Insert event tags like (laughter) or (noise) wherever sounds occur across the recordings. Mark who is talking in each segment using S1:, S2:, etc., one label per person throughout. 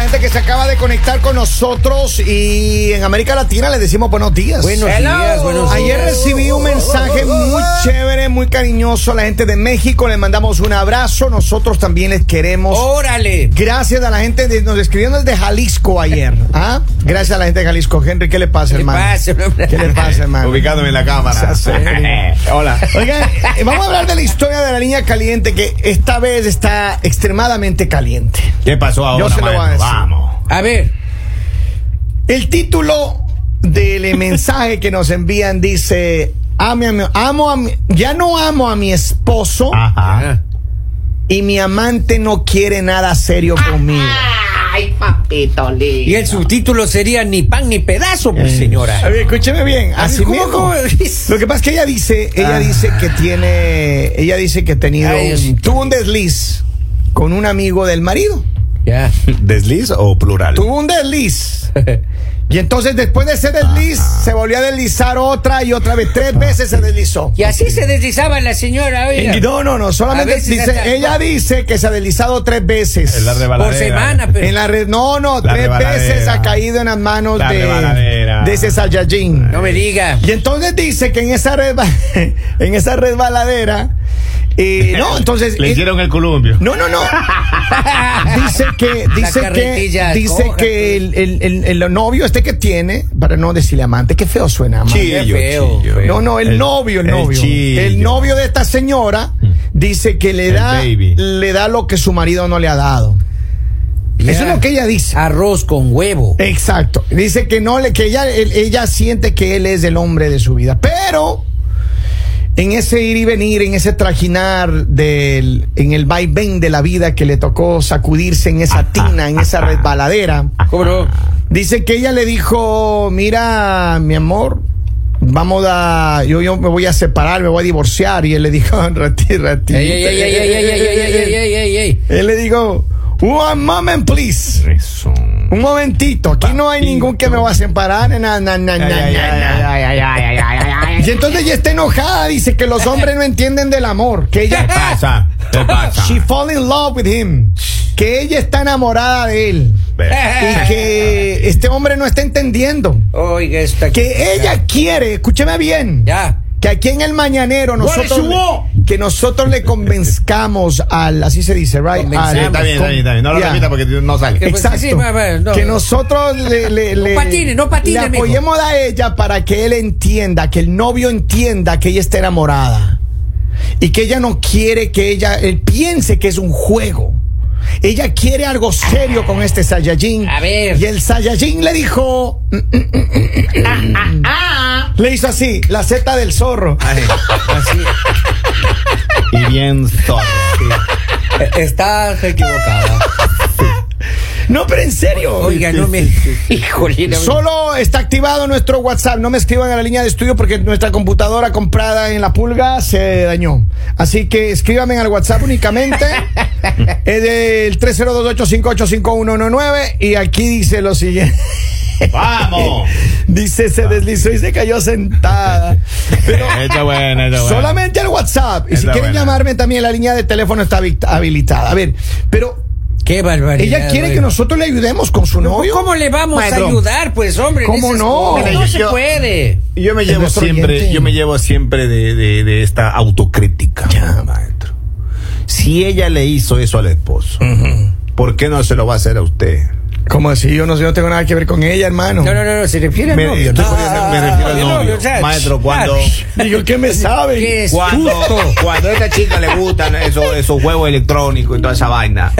S1: acaba de conectar con nosotros y en América Latina les decimos buenos días.
S2: Buenos
S3: Hello.
S2: días, buenos días. Oh,
S1: Ayer recibí un mensaje muy chévere, muy cariñoso a la gente de México. Les mandamos un abrazo. Nosotros también les queremos.
S2: Oh. Órale.
S1: Gracias a la gente, de, nos escribieron desde Jalisco ayer. ¿ah? Gracias a la gente de Jalisco. Henry, ¿qué le pasa,
S2: ¿Qué le
S1: hermano?
S2: pasa, hombre?
S1: ¿Qué le pasa, hermano?
S4: Ubicándome en la cámara. Hola.
S1: Oigan, eh, vamos a hablar de la historia de la niña caliente que esta vez está extremadamente caliente.
S4: (laughs) ¿Qué pasó ahora,
S1: Yo se lo voy a
S4: maestro?
S1: decir.
S4: Vamos.
S2: A ver.
S1: El título del mensaje que nos envían dice: "Ame a mi- amo a mi- Ya no amo a mi esposo Eh. Ah.
S4: Ajá.
S1: y mi amante no quiere nada serio conmigo.
S3: Ay, papito
S2: Y
S3: lindo.
S2: el subtítulo sería ni pan ni pedazo, pues,
S1: Eh. A
S2: señora.
S1: ver, escúcheme bien. Así
S2: ¿Cómo,
S1: mismo.
S2: cómo?
S1: Lo que pasa es que ella dice, ella
S2: Ah.
S1: dice que tiene, ella dice que ha tenido,
S2: Ay,
S1: un-
S2: Diosito
S1: tuvo un desliz con un amigo del marido.
S2: Ya. (laughs)
S4: ¿Desliz o plural?
S1: Tuvo un desliz. Y entonces después de ese desliz, se volvió a deslizar otra y otra vez. Tres veces se deslizó.
S2: Y así se deslizaba la señora, oiga.
S1: Y No, no, no.
S2: A
S1: Solamente
S2: veces
S1: dice,
S2: hasta-
S1: ella dice que se ha deslizado tres veces.
S4: Es la rebaladera.
S2: Por semana, pero.
S1: En la red, no, no,
S4: La
S1: tres
S4: rebaladera.
S1: veces ha caído en las manos
S4: La
S1: de,
S4: rebaladera.
S1: de ese Saiyajin.
S2: No me diga.
S1: Y entonces dice que en esa red, (laughs) en esa red baladera, eh,
S4: (laughs)
S1: no, entonces
S4: Le
S1: eh,
S4: hicieron el columpio.
S1: no,
S2: (laughs)
S1: no, no. Dice que, dice que,
S2: carretilla,
S1: dice
S2: coja,
S1: que el, el- el- el novio este que tiene, para no decirle amante, qué feo suena amante.
S2: Qué feo,
S4: chillo.
S2: feo.
S1: No, no, el,
S4: El-
S1: novio, el
S4: el
S1: novio. El,
S4: chillo.
S1: novio de esta señora dice que le
S4: El
S1: da,
S4: baby.
S1: le da lo que su marido no le ha dado.
S2: Ya.
S1: Eso es lo que ella dice.
S2: Arroz con
S1: Eh.
S2: huevo.
S1: Exacto. Dice que no le, que ella, él- ella siente que él es el hombre de su vida. Pero en ese ir y venir, en ese trajinar del, en el vaivén de la vida que le tocó sacudirse en esa tina, en esa resbaladera,
S2: ¿Cómo no?
S1: dice que ella le dijo, mira, mi amor, vamos a, yo, yo me voy a separar, me voy a divorciar. Y él le dijo, (laughs) ratito, ratito.
S2: Ey, ey, ey, ey, ey, ey, ey, ey, ey, ey, ey, ey.
S1: Él le dijo, one moment, please.
S4: Eso.
S1: Un momentito, aquí no hay
S4: Papito.
S1: ningún que me va a separar. na, na, na, na,
S4: ay,
S1: na, na.
S4: ay, ay, ay, ay, ay, ay, ay.
S1: Y entonces ella está enojada, dice que los hombres no entienden del amor, que
S4: ¿Qué
S1: ella
S4: pasa? ¿Qué pasa?
S1: she fall in love with him, que ella está enamorada de él
S4: Ve.
S1: y que este hombre no está entendiendo,
S2: Oiga, esta.
S1: que ella quiere, escúcheme bien,
S2: Ya.
S1: que aquí en el mañanero nosotros
S2: What is wrong?
S1: le- que nosotros le convenzcamos al así se dice, right?
S2: Convenzamos.
S1: Al-
S4: Sí, está bien, está bien, está bien. No lo
S1: Ya.
S4: repita porque no sale.
S2: Que- pues,
S1: Exacto.
S2: sí, va, va, no.
S1: que nosotros le, le- le-
S2: patine, no patine,
S1: le
S2: mijo.
S1: apoyemos a ella para que él entienda, que el novio entienda que ella está enamorada y que ella no quiere que ella él piense que es un juego. Ella quiere algo serio con este Saiyajin.
S2: A ver.
S1: Y el Saiyajin le dijo. "Mm,
S2: Ah,
S1: Le hizo así, la Z del zorro.
S4: Ay,
S2: Así.
S4: Y bien todo.
S2: Eh, Estás equivocada.
S1: No, pero en serio.
S2: Oiga, no me. (laughs) Híjole, no me-
S1: Solo está activado nuestro WhatsApp. No me escriban a la línea de estudio porque nuestra computadora comprada en la pulga se dañó. Así que escríbanme al WhatsApp únicamente.
S2: (laughs)
S1: es del 3028585119. Y aquí dice lo siguiente. (laughs)
S4: ¡Vamos!
S1: Dice,
S2: Ah,
S1: se deslizó y se cayó sentada.
S2: (laughs)
S1: Pero
S4: Está bueno, está bueno.
S1: solamente al WhatsApp. Y si
S4: Está
S1: quieren
S4: buena.
S1: llamarme también, la línea de teléfono está habi- habilitada. A ver, pero
S2: Qué barbaridad.
S1: ella quiere que
S2: oiga.
S1: nosotros le ayudemos con su novio.
S2: Pues, ¿Cómo le vamos
S1: Maestro.
S2: a ayudar, pues, hombre? en
S1: ¿Cómo
S2: esas
S1: no?
S2: cosas? No
S4: Mira,
S2: se
S4: yo-
S2: puede.
S4: Y Yo me
S1: Es
S4: llevo
S1: nuestro
S4: siempre,
S1: oyente.
S4: yo me llevo siempre de, de- de esta autocrítica, maestro. Si ella le hizo eso al esposo, ¿por qué no se lo va a hacer a usted?
S1: Como así, yo no sé, no tengo nada que ver con ella, hermano.
S2: No, no, no, no, se refiere al
S4: Me,
S2: novio.
S4: estoy
S2: ¿no?
S4: poniendo- me refiero al
S2: Ah,
S4: novio.
S2: o sea,
S4: maestro, cuando,
S1: Digo, ¿qué me saben?
S2: ¿Qué es?
S4: cuando,
S2: justo.
S4: cuando a esta chica le gustan esos, esos juegos electrónicos y toda
S2: (laughs)
S4: esa vaina,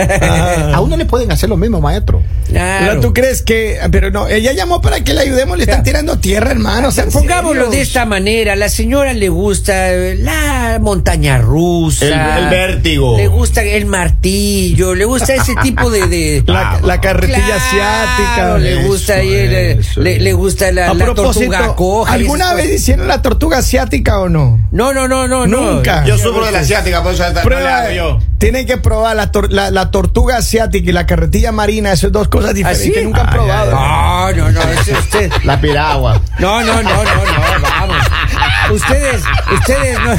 S4: a uno le pueden hacer lo mismo, maestro.
S2: Claro.
S1: Ah. ¿Tú crees que.? Pero no, ella llamó para que le ayudemos, le están
S2: Ya.
S1: tirando tierra, hermano. Sean
S2: Pongámoslo
S1: serios.
S2: de esta manera, la señora le gusta eh, la montaña rusa,
S4: El- el vértigo.
S2: le gusta el martillo, le gusta ese tipo de...
S4: (laughs)
S2: de-
S1: La, la carretilla
S2: Claro,
S1: asiática.
S2: le
S4: Eso,
S2: gusta ahí el, eh,
S4: eso.
S2: le, le gusta la,
S1: A
S2: la
S1: propósito,
S2: tortuga coja. y
S1: ¿alguna
S2: esas
S1: vez
S2: cosas.
S1: hicieron la tortuga asiática o no?
S2: No, no, no, no, no.
S1: Nunca.
S4: Yo sufro de la asiática, por eso esta- no le hago yo.
S1: tienen que probar la, tor- la, la tortuga asiática y la carretilla marina, esas dos cosas diferentes
S2: ¿Así?
S1: que nunca han
S4: Ay,
S1: probado.
S2: No, no, no, es usted. (laughs)
S4: La piragua.
S2: No, no, no, no, no, vamos. Ustedes, ustedes no.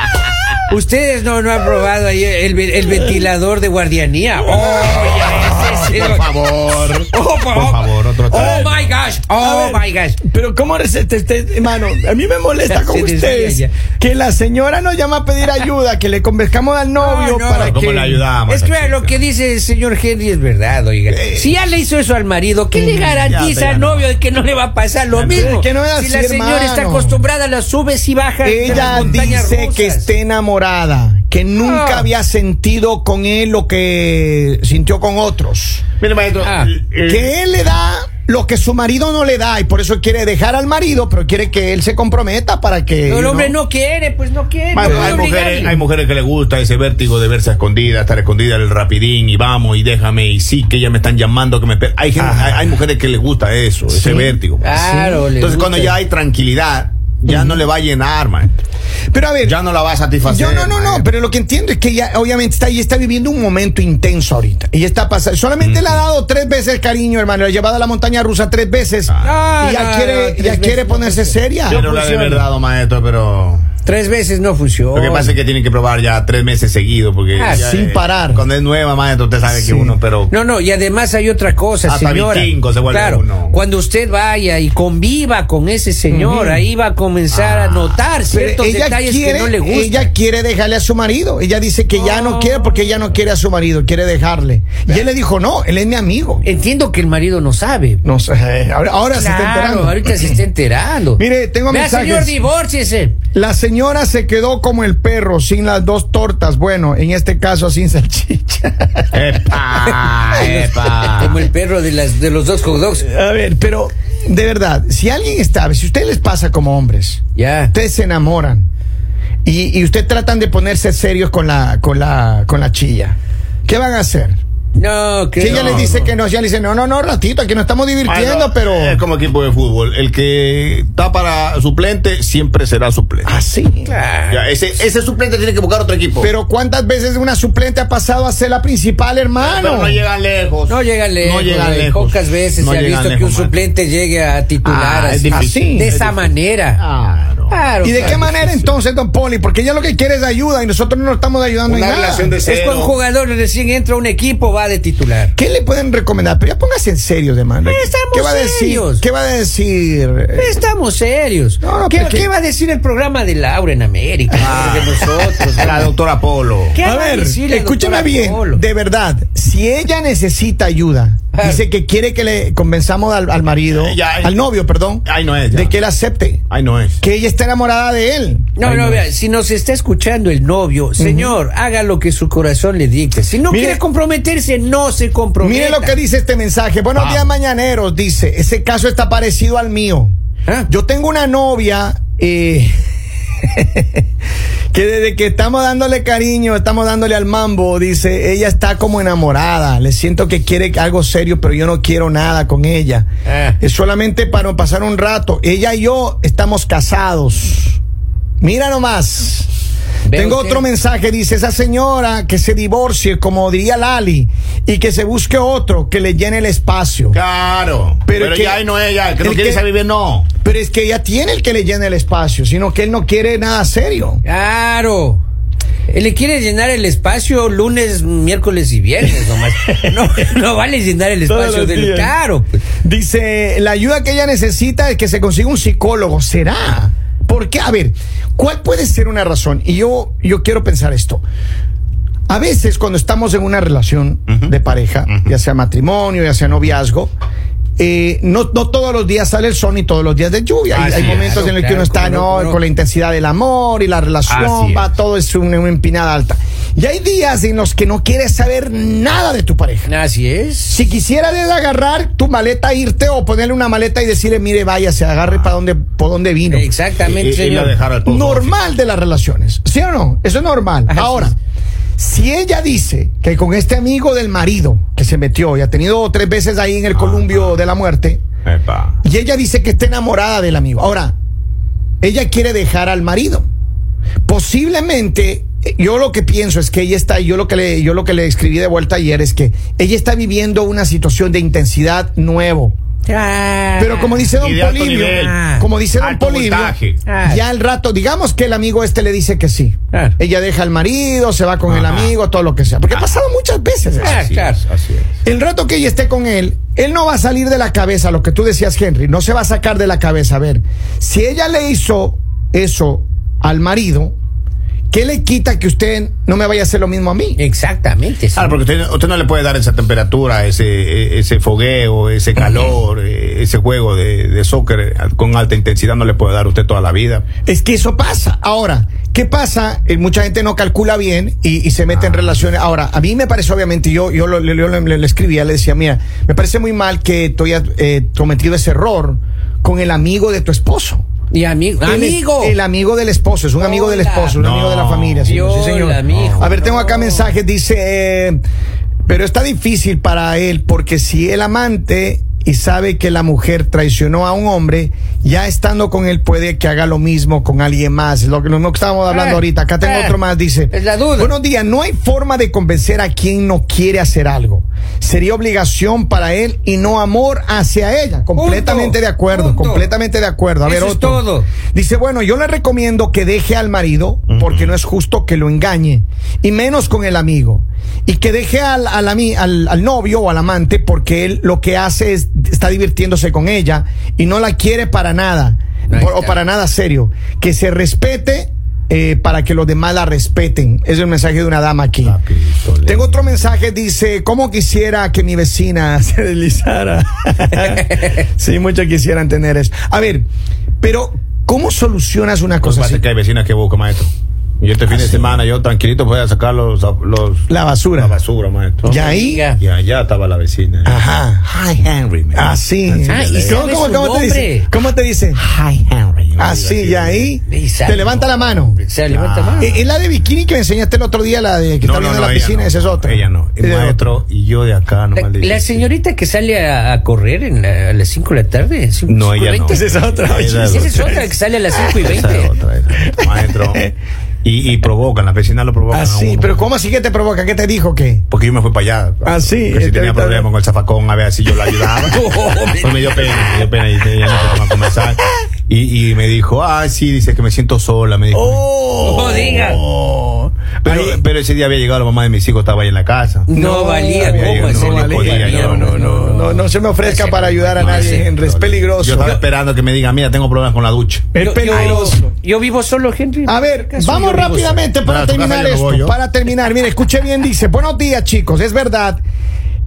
S2: (laughs) Ustedes no, no han probado ahí el, ve- el ventilador de guardianía. Oh, ya, ese sí. (laughs)
S4: Por favor.
S2: Oh,
S4: Por favor, otro
S2: Oh
S4: trago.
S2: my gosh. Oh
S1: A ver,
S2: my gosh.
S1: Pero cómo eres este, este- hermano, a mí me
S2: (laughs)
S1: molesta con
S2: Se desvía
S1: ustedes
S2: ya.
S1: que la señora nos llama a pedir ayuda, que le convenzcamos al novio
S2: Ah, no.
S1: para
S4: ¿Cómo
S1: que
S4: le ayudamos?
S2: Es que vea, lo
S4: Patricia?
S2: que dice el señor Henry es verdad, oiga.
S4: Sí.
S2: Si ya le hizo eso al marido, ¿qué le
S4: ya, ya
S2: garantiza al
S4: no.
S2: novio de que no le va a pasar lo
S4: Ya,
S2: mismo?
S1: que no es
S2: si la
S1: así,
S2: señora está
S1: hermano.
S2: acostumbrada a las subes y bajas de las
S1: ella
S2: montañas
S1: dice que
S2: rusas.
S1: esté enamorada, que nunca
S2: Ah.
S1: había sentido con él lo que sintió con otros,
S4: Mire, maestro.
S2: Ah.
S4: eh,
S1: que él le da lo que su marido no le da y por eso quiere dejar al marido, pero quiere que él se comprometa para que
S2: Pero el hombre no quiere, pues no quiere.
S4: Hay,
S2: no puede
S4: hay mujeres,
S2: obligarle.
S4: hay mujeres que les gusta ese vértigo de verse a escondida, estar escondida en el rapidín y vamos y déjame y sí que ya me están llamando que me esper- hay, gente- hay, hay mujeres que les gusta eso, ese vértigo.
S1: Ah,
S2: Claro, le
S4: Entonces cuando
S2: gusta.
S4: ya hay tranquilidad, ya no le va a llenar, maestro.
S1: Pero a ver,
S4: eh. Ya no la va a satisfacer.
S1: Yo no, no, no,
S4: maestro.
S1: pero lo que entiendo es que ella obviamente está, ella está viviendo un momento intenso ahorita. Ella está pasando, solamente le ha dado tres veces cariño, hermano, le ha llevado a la montaña rusa tres veces.
S2: Ah.
S1: y ya
S2: No, no,
S1: quiere,
S2: no,
S1: ya
S2: tres veces
S1: quiere
S2: no
S1: ponerse seria.
S4: Yo no la de verdad, don maestro, pero
S2: Tres veces no funciona.
S4: lo que pasa es que tienen que probar ya tres meses seguidos porque
S2: Ah,
S4: ya,
S1: sin
S4: eh,
S1: parar.
S4: Cuando es nueva, maestro, usted sabe
S1: Sí.
S4: que uno, pero
S2: No, no, y además hay otra cosa,
S4: Hasta
S2: señora.
S4: vikingo se vuelve
S2: claro,
S4: uno.
S2: cuando usted vaya y conviva con ese señor, ahí va a comenzar
S4: Ah,
S2: a notar
S1: Pero
S2: ciertos
S1: ella
S2: detalles
S1: quiere,
S2: que no le gustan. Oh.
S1: ella quiere dejarle a su marido. Ella dice que ya no quiere porque ella no quiere a su marido, quiere dejarle. Y él le dijo, no, él es mi amigo.
S2: Entiendo que el marido no sabe.
S1: No sé, eh, ahora, ahora se está
S2: Claro,
S1: enterando.
S2: ahorita se está
S4: (clears throat)
S2: enterando.
S1: Mire, tengo
S2: Vea,
S1: mensajes.
S2: señor, divórciese.
S1: La señora se quedó como el perro, sin las dos tortas. Bueno, en este caso, sin salchicha. (laughs)
S4: epa,
S2: Como
S4: epa.
S2: el perro de, las, de los dos hot dogs.
S1: A ver, pero de verdad, si alguien está, si a ustedes les pasa como hombres,
S2: Ya.
S1: ustedes se enamoran y, y ustedes tratan de ponerse serios con la, con la, con la chilla, ¿qué van a hacer?
S2: No,
S1: Si
S2: creo.
S1: ella les dice que no, ya le dice, no, no, no, ratito, aquí nos estamos divirtiendo,
S4: Maestro,
S1: pero.
S4: es Ah, Eh, como equipo de fútbol, el que está para suplente siempre será suplente.
S2: Ah,
S1: Así.
S2: Claro.
S4: Ya, ese, ese suplente tiene que buscar otro equipo.
S1: Pero ¿cuántas veces una suplente ha pasado a ser la principal, hermano?
S4: Pero no llegan lejos.
S2: No llega lejos.
S4: No llegan
S2: eh,
S4: lejos.
S2: Pocas veces
S4: No
S2: se ha
S4: llegan
S2: visto que
S4: lejos,
S2: un
S4: man.
S2: suplente llegue a titular
S4: Ah, es
S2: así,
S4: difícil,
S2: así, de
S4: es
S2: esa
S4: difícil. Ah.
S2: manera.
S4: Claro.
S2: Claro.
S1: ¿Y de qué
S2: claro.
S1: manera entonces, don Poli? Porque ella lo que quiere es ayuda y nosotros no nos estamos ayudando
S4: Una
S1: en nada.
S4: relación de
S2: Es
S4: cero.
S2: cuando un jugador recién entra a un equipo, va de titular.
S1: ¿Qué le pueden recomendar? Pero ya póngase en serio, de mano.
S2: Pero estamos
S1: ¿Qué va a decir?
S2: serios. Pues,
S1: ¿Qué va a decir? eh,
S2: Estamos serios.
S1: No, no,
S2: ¿Qué,
S1: pero que-
S2: qué va a decir el programa de Laura en América?
S4: Ah.
S2: (laughs) De nosotros.
S4: (laughs) La doctora Polo.
S2: ¿Qué
S1: A
S2: va a
S1: ver,
S2: decir la
S1: escúchame
S2: doctora
S1: bien,
S2: Polo?
S1: de verdad, si ella necesita ayuda,
S2: Claro.
S1: dice que quiere que le convenzamos al, al marido,
S4: Eh, ya, eh.
S1: al novio, perdón,
S4: Ay, no es. ya.
S1: de que él acepte,
S4: Ay, no es.
S1: que ella está enamorada de él.
S2: No,
S4: Ay,
S2: no,
S4: no.
S2: vea, si nos está escuchando el novio, señor, haga lo que su corazón le dicte. Si no
S1: Mire-
S2: quiere comprometerse, no se comprometa.
S1: Mire lo que dice este mensaje. Buenos
S4: Vamos.
S1: días, mañaneros. Dice: Ese caso está parecido al mío.
S2: ¿Ah?
S1: Yo tengo una novia eh, (laughs) que desde que estamos dándole cariño, estamos dándole al mambo, dice, ella está como enamorada. Le siento que quiere algo serio, pero yo no quiero nada con ella.
S2: Ah.
S1: Es solamente para pasar un rato. Ella y yo estamos casados. Mira nomás.
S2: Ve
S1: Tengo
S2: usted.
S1: otro mensaje, dice esa señora que se divorcie, como diría Lali, y que se busque otro que le llene el espacio.
S4: Claro.
S1: Pero
S4: Pero,
S1: que-
S4: ya, ay, no es. Ya. El que
S1: el
S4: no quiere
S1: que-
S4: irse a vivir, no.
S1: Pero es que ella tiene el que le llene el espacio, sino que él no quiere nada serio.
S2: Claro. Él Le quiere llenar el espacio lunes, miércoles y
S1: (laughs)
S2: viernes nomás. No, no vale llenar el
S1: Todos
S2: espacio
S1: los
S2: del
S1: días.
S2: caro. pues.
S1: Dice, la ayuda que ella necesita es que se consiga un psicólogo. ¿Será? ¿Por qué? A ver, ¿cuál puede ser una razón? Y yo, yo quiero pensar esto. A veces cuando estamos en una relación
S4: Ujú.
S1: de pareja, ya sea matrimonio, ya sea noviazgo, eh, no, no todos los días sale el sol ni todos los días de lluvia. Hay-
S4: Así
S1: hay
S4: es.
S1: momentos
S2: Claro,
S1: en los que uno
S2: claro,
S1: está
S2: cómo no,
S1: ¿no?
S2: cómo no.
S1: con la intensidad del amor y la relación,
S4: Así
S1: va,
S4: es.
S1: todo es una, una empinada alta. Y hay días en los que no quieres saber nada de tu pareja.
S2: Así es.
S1: Si quisiera agarrar tu maleta, irte o ponerle una maleta y decirle, mire, vaya, se agarre para donde, por donde vino.
S2: Exactamente,
S4: Y- y- y la
S2: señor.
S4: dejar al post
S1: Normal de las relaciones. ¿Sí o no? Eso es normal.
S2: Ajá,
S1: Ahora,
S2: sí.
S1: si ella dice que con este amigo del marido que se metió y ha tenido tres veces ahí en el columbio de la muerte,
S4: office. Epa.
S1: y ella dice que está enamorada del amigo. Ahora, ella quiere dejar al marido. Posiblemente, eh, yo lo que pienso es que ella está, yo lo que le, yo lo que le escribí de vuelta ayer es que ella está viviendo una situación de intensidad nuevo.
S2: Ah.
S1: Pero como dice don
S4: Y de alto
S1: Polivio,
S4: nivel.
S1: como dice don
S4: Alto
S1: Polivio,
S4: voltaje.
S2: Ah.
S1: ya al rato, digamos que el amigo este le dice que sí.
S2: Claro.
S1: Ella deja al marido, se va con el
S4: Ajá. Ah.
S1: amigo, todo lo que sea. Porque ha pasado muchas veces. eso.
S2: Ah,
S4: Así
S2: claro.
S4: es, así es.
S1: El rato que ella esté con él, él no va a salir de la cabeza lo que tú decías, Henry. No se va a sacar de la cabeza. A ver, si ella le hizo eso al marido, ¿qué le quita que usted no me vaya a hacer lo mismo a mí? Ah,
S2: Exactamente. sí.
S4: Claro, porque usted, usted no le puede dar esa temperatura, ese, e- ese fogueo, ese calor, e- ese juego de, de soccer eh, con alta intensidad no le puede dar usted toda la vida.
S1: Es que eso pasa. Ahora, ¿qué pasa? Eh, mucha gente no calcula bien y, y se mete en relaciones. Ahora, a mí me parece, obviamente, yo, yo lo- le, le- le- le escribía, le decía, mira, me parece muy mal que tú hayas eh, cometido ese error con el amigo de tu esposo.
S2: Y amigo.
S1: El-
S2: Amigo.
S1: El, amigo del esposo, es un amigo del
S2: Hola.
S1: esposo, un amigo de la
S4: No.
S1: familia. señor, sí,
S2: Viola,
S1: señor.
S2: mijo,
S1: a ver, tengo
S2: no.
S1: acá mensajes, dice, eh, pero está difícil para él porque si el amante y sabe que la mujer traicionó a un hombre, ya estando con él puede que haga lo mismo con alguien más. Lo, que- lo mismo que estábamos hablando
S2: Eh,
S1: ahorita. Acá tengo
S2: eh,
S1: otro más, dice.
S2: es la duda.
S1: Buenos días, no hay forma de convencer a quien no quiere hacer algo. Sería obligación para él y no amor hacia ella. Completamente de acuerdo,
S2: punto.
S1: completamente de acuerdo. A
S2: Eso
S1: ver,
S2: es
S1: otro.
S2: todo.
S1: Dice, bueno, yo le recomiendo que deje al marido porque no es justo que lo engañe, y menos con el amigo. Y que deje al, al, ami- al, al novio o al amante porque él lo que hace es está divirtiéndose con ella y no la quiere para nada,
S2: Ahí
S1: por- o
S2: está.
S1: para nada serio. Que se respete eh, para que los demás la respeten. Ese es el mensaje de una dama aquí.
S4: Papito,
S1: Tengo otro mensaje, dice, ¿cómo quisiera que mi vecina (laughs) se
S4: (laughs)
S1: deslizara? sí, muchos quisieran tener eso. A ver, pero ¿cómo solucionas una
S4: Lo que
S1: cosa
S4: pasa
S1: así?
S4: es que hay vecinas que buscan, maestro. Y este fin de semana yo tranquilito voy a sacar los, los-
S1: La basura.
S4: la basura, maestro.
S1: Ya ahí.
S2: Diga.
S4: Y allá estaba la vecina.
S1: Ajá.
S4: Hi Henry. man.
S1: Así.
S2: Ah, y
S1: ¿Cómo-
S2: sabe
S1: cómo,
S2: su
S1: cómo te dice?
S2: nombre.
S1: ¿Cómo te dice?
S4: Hi Henry.
S1: Así, y ahí
S2: Y
S1: te
S2: sabe.
S1: levanta la mano.
S2: Se levanta
S4: Ah.
S2: mano.
S1: Es es la de bikini que me enseñaste el otro día, la de que está viendo la
S4: ella
S1: piscina,
S4: no.
S1: esa es otra. Eh, ah,
S4: Ella no. El
S1: Esa es otra.
S4: maestro y yo de acá
S2: La,
S4: nomás le
S2: la
S4: dije,
S2: señorita que sale a, a correr en la- a las 5 de la tarde. cinco-
S4: No,
S2: cinco
S4: ella no.
S2: veinte.
S1: Esa es otra, oye.
S2: Esa es otra que sale a las 5 y
S4: Esa
S2: 20.
S4: es otra, esa es otra. Maestro. Y, y provocan, las vecinas lo provocan. a
S1: Así,
S4: uno.
S1: Ah, pero ¿cómo así que te provoca? ¿Qué te dijo que?
S4: Porque yo me fui para allá.
S1: Ah, sí, este,
S4: Porque si
S1: Oh,
S4: tenía
S1: ahorita-
S4: problemas con el zafacón, a ver si yo
S1: (laughs)
S4: lo ayudaba. pues me dio pena, me dio pena y ya no sé cómo comenzar. Y, y me dijo, ah, sí, dice que me siento sola. Me dijo,
S1: Oh,
S2: No diga.
S4: pero,
S1: Ahí-
S4: pero ese día había llegado la mamá de mis hijos, estaba ahí en la casa.
S2: No valía,
S4: había
S2: ¿cómo
S4: ido,
S2: en
S4: no,
S2: serio?
S4: no
S2: ¿Cómo
S4: podía,
S2: valía?
S4: no, no,
S1: No, no, no se me ofrezca para ayudar a
S2: No,
S1: nadie,
S2: ese-
S1: Henry. Es
S4: Ah, Yo
S1: peligroso.
S4: estaba esperando que me diga, mira, tengo problemas con la ducha.
S1: Es
S2: Yo-
S1: peligroso.
S2: Yo, yo vivo solo, Henry.
S1: A ver,
S2: ¿Acaso
S1: vamos
S2: yo vivo
S1: rápidamente
S4: solo.
S1: para
S4: Para tu casa
S1: terminar
S4: yo no
S1: esto.
S4: voy yo.
S1: Para terminar, mire, escuche bien, dice, buenos días chicos, es verdad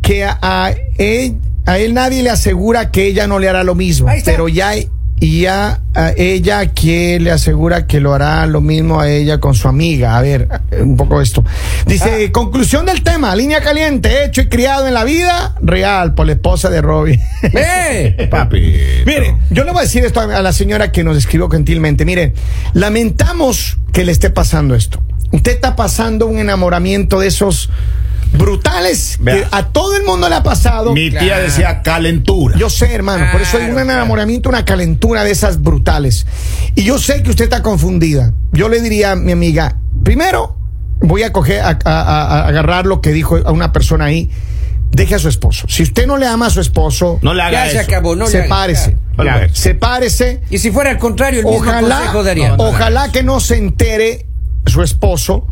S1: que a, a él, a él nadie le asegura que ella no le hará lo mismo,
S2: Ahí está.
S1: pero ya, y ya a ella que le asegura que lo hará lo mismo a ella con su amiga. A ver, eh, un poco esto.
S2: Ah.
S1: Dice, conclusión del tema, línea caliente, hecho y criado en la vida real por la esposa de Robbie. (laughs)
S2: solo? ¡Eh!
S4: Papi.
S1: Mire, yo le voy a decir esto a a la señora que nos escribió gentilmente. Mire, lamentamos que le esté pasando esto. Usted está pasando un enamoramiento de esos brutales que
S4: Vea.
S1: a todo el mundo le ha pasado.
S4: Mi tía
S2: Claro.
S4: decía calentura.
S1: Yo sé, hermano, por eso hay un
S2: Claro, claro.
S1: enamoramiento, una calentura de esas brutales. Y yo sé que usted está confundida. Yo le diría a mi amiga, primero voy a coger a, a- a- a agarrar lo que dijo a una persona ahí. Deje a su esposo. Si usted no le ama a su esposo,
S4: no le haga
S2: Ya se
S4: eso.
S2: acabó, no le hagas,
S1: sepárese.
S2: ya.
S4: No le haga eso.
S1: Sepárese.
S2: Y si fuera al contrario, el mismo
S1: Ojalá,
S2: consejo daría.
S4: no, no.
S1: ojalá que no se entere su esposo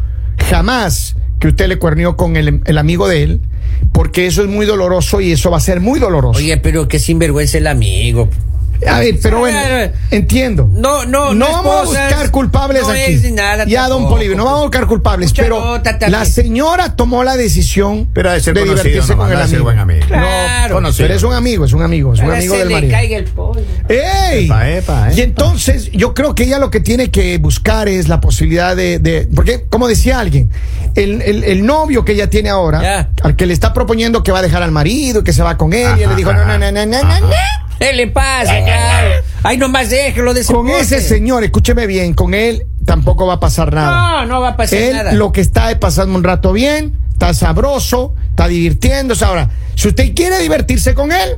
S1: jamás que usted le cuernió con el, el amigo de él, porque eso es muy doloroso y eso va a ser muy doloroso.
S2: Oye, pero qué sinvergüenza el amigo.
S1: a ver, pero bueno,
S2: Ah,
S1: entiendo.
S2: No, no,
S1: No vamos a
S2: esposas,
S1: buscar culpables
S2: no
S1: aquí.
S2: es ni nada
S1: ya, don
S2: tampoco.
S1: Polivio, no vamos a buscar culpables,
S2: Mucha
S1: pero
S2: nota también.
S1: la señora tomó la decisión
S4: Pero ha de ser conocido,
S1: divertirse
S4: no,
S1: con
S4: no
S1: el
S4: ha de ser
S1: amigo.
S4: buen amigo.
S2: Claro.
S1: No,
S4: Conocido.
S1: pero es un amigo, es un amigo, es un
S2: Ahora
S1: amigo
S2: se
S1: del
S2: le
S1: marido.
S2: caiga el pollo.
S1: ¡Ey!
S4: Epa, epa,
S1: Y
S4: epa.
S1: entonces yo creo que ella lo que tiene que buscar es la posibilidad de... de- porque, como decía alguien, el, el- el novio que ella tiene ahora,
S2: Ya.
S1: al que le está proponiendo que va a dejar al marido, que se va con él, y él le
S4: Ajá,
S1: dijo, no, no, no, no, no, no,
S4: ajá.
S1: no".
S2: ¿Qué le pasa? claro? Ay, nomás déjelo de ese
S1: Con ese señor, escúcheme bien, con él tampoco va a pasar nada.
S2: No, no va a pasar
S1: él
S2: nada.
S1: lo que está es pasando un rato bien, está sabroso, está divirtiéndose. Ahora, si usted quiere divertirse con él,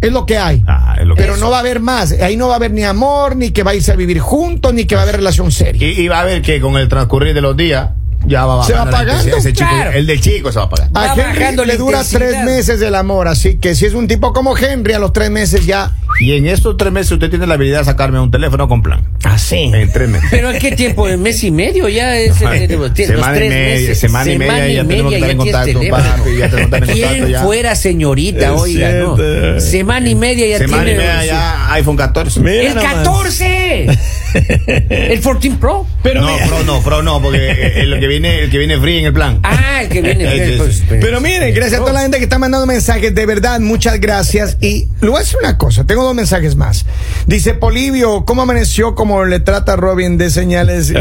S1: es lo que hay.
S4: Ah, es lo que
S1: Pero
S4: es.
S1: no va a haber más. Ahí no va a haber ni amor, ni que va a irse a vivir juntos, ni que va a haber relación seria.
S4: Y, y va a ver que con el transcurrir de los días Ya va
S1: Se va
S4: bajando la
S1: pagando.
S4: intensidad. Ese chico-
S2: Claro.
S4: El del chico se va pagando.
S2: Ah.
S1: A
S2: Va bajando
S1: Henry
S2: la
S1: le dura
S2: intensidad.
S1: tres meses el amor, así que si es un tipo como Henry, a los tres meses ya.
S4: Y en estos tres meses usted tiene la habilidad de sacarme un teléfono con plan.
S2: Ah,
S1: Así.
S4: En tres meses.
S1: (laughs)
S2: Pero ¿en qué tiempo? ¿En mes y medio? Ya es
S4: Ay,
S2: eh, los tres
S4: semana y media,
S2: meses.
S4: semana y media, ya tenemos que estar
S2: tienes
S4: en contacto,
S2: teléfono.
S4: papi, ya tenemos que estar en
S2: ¿Quién
S4: contacto ya.
S2: fuera señorita,
S4: Es
S2: oiga, no?
S4: cierto.
S2: Semana y media ya
S4: Semana
S2: tiene.
S4: y media ya iPhone 14.
S2: ¡El 14!
S4: (laughs)
S2: ¡El 14 Pro!
S4: Pero no, pro no, pro no,
S1: (laughs)
S4: porque eh, el que viene, el que viene free en el plan.
S2: Ah, el que viene.
S4: Ese es.
S2: pues, pues,
S1: Pero miren, gracias a toda la gente que está mandando mensajes, de verdad, muchas gracias. Y le voy a decir una cosa, tengo dos mensajes más. Dice Polivio, ¿cómo amaneció? ¿Cómo le trata Robin de señales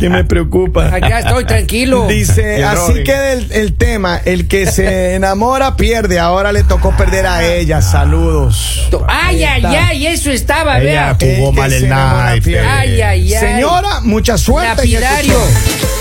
S1: que me preocupa?
S2: Acá estoy tranquilo.
S1: Dice,
S4: El
S1: así
S4: Robin.
S1: queda el, el tema, el que se enamora pierde, ahora le tocó perder a ella, saludos.
S2: Ay, ay, ay, eso estaba, vea.
S4: Ella jugó
S1: El que
S4: mal
S1: se
S4: el
S1: enamora
S4: knife.
S1: pierde.
S2: Ay, ay, ay.
S1: Señora, mucha suerte. en este
S2: Lapidario.
S1: show.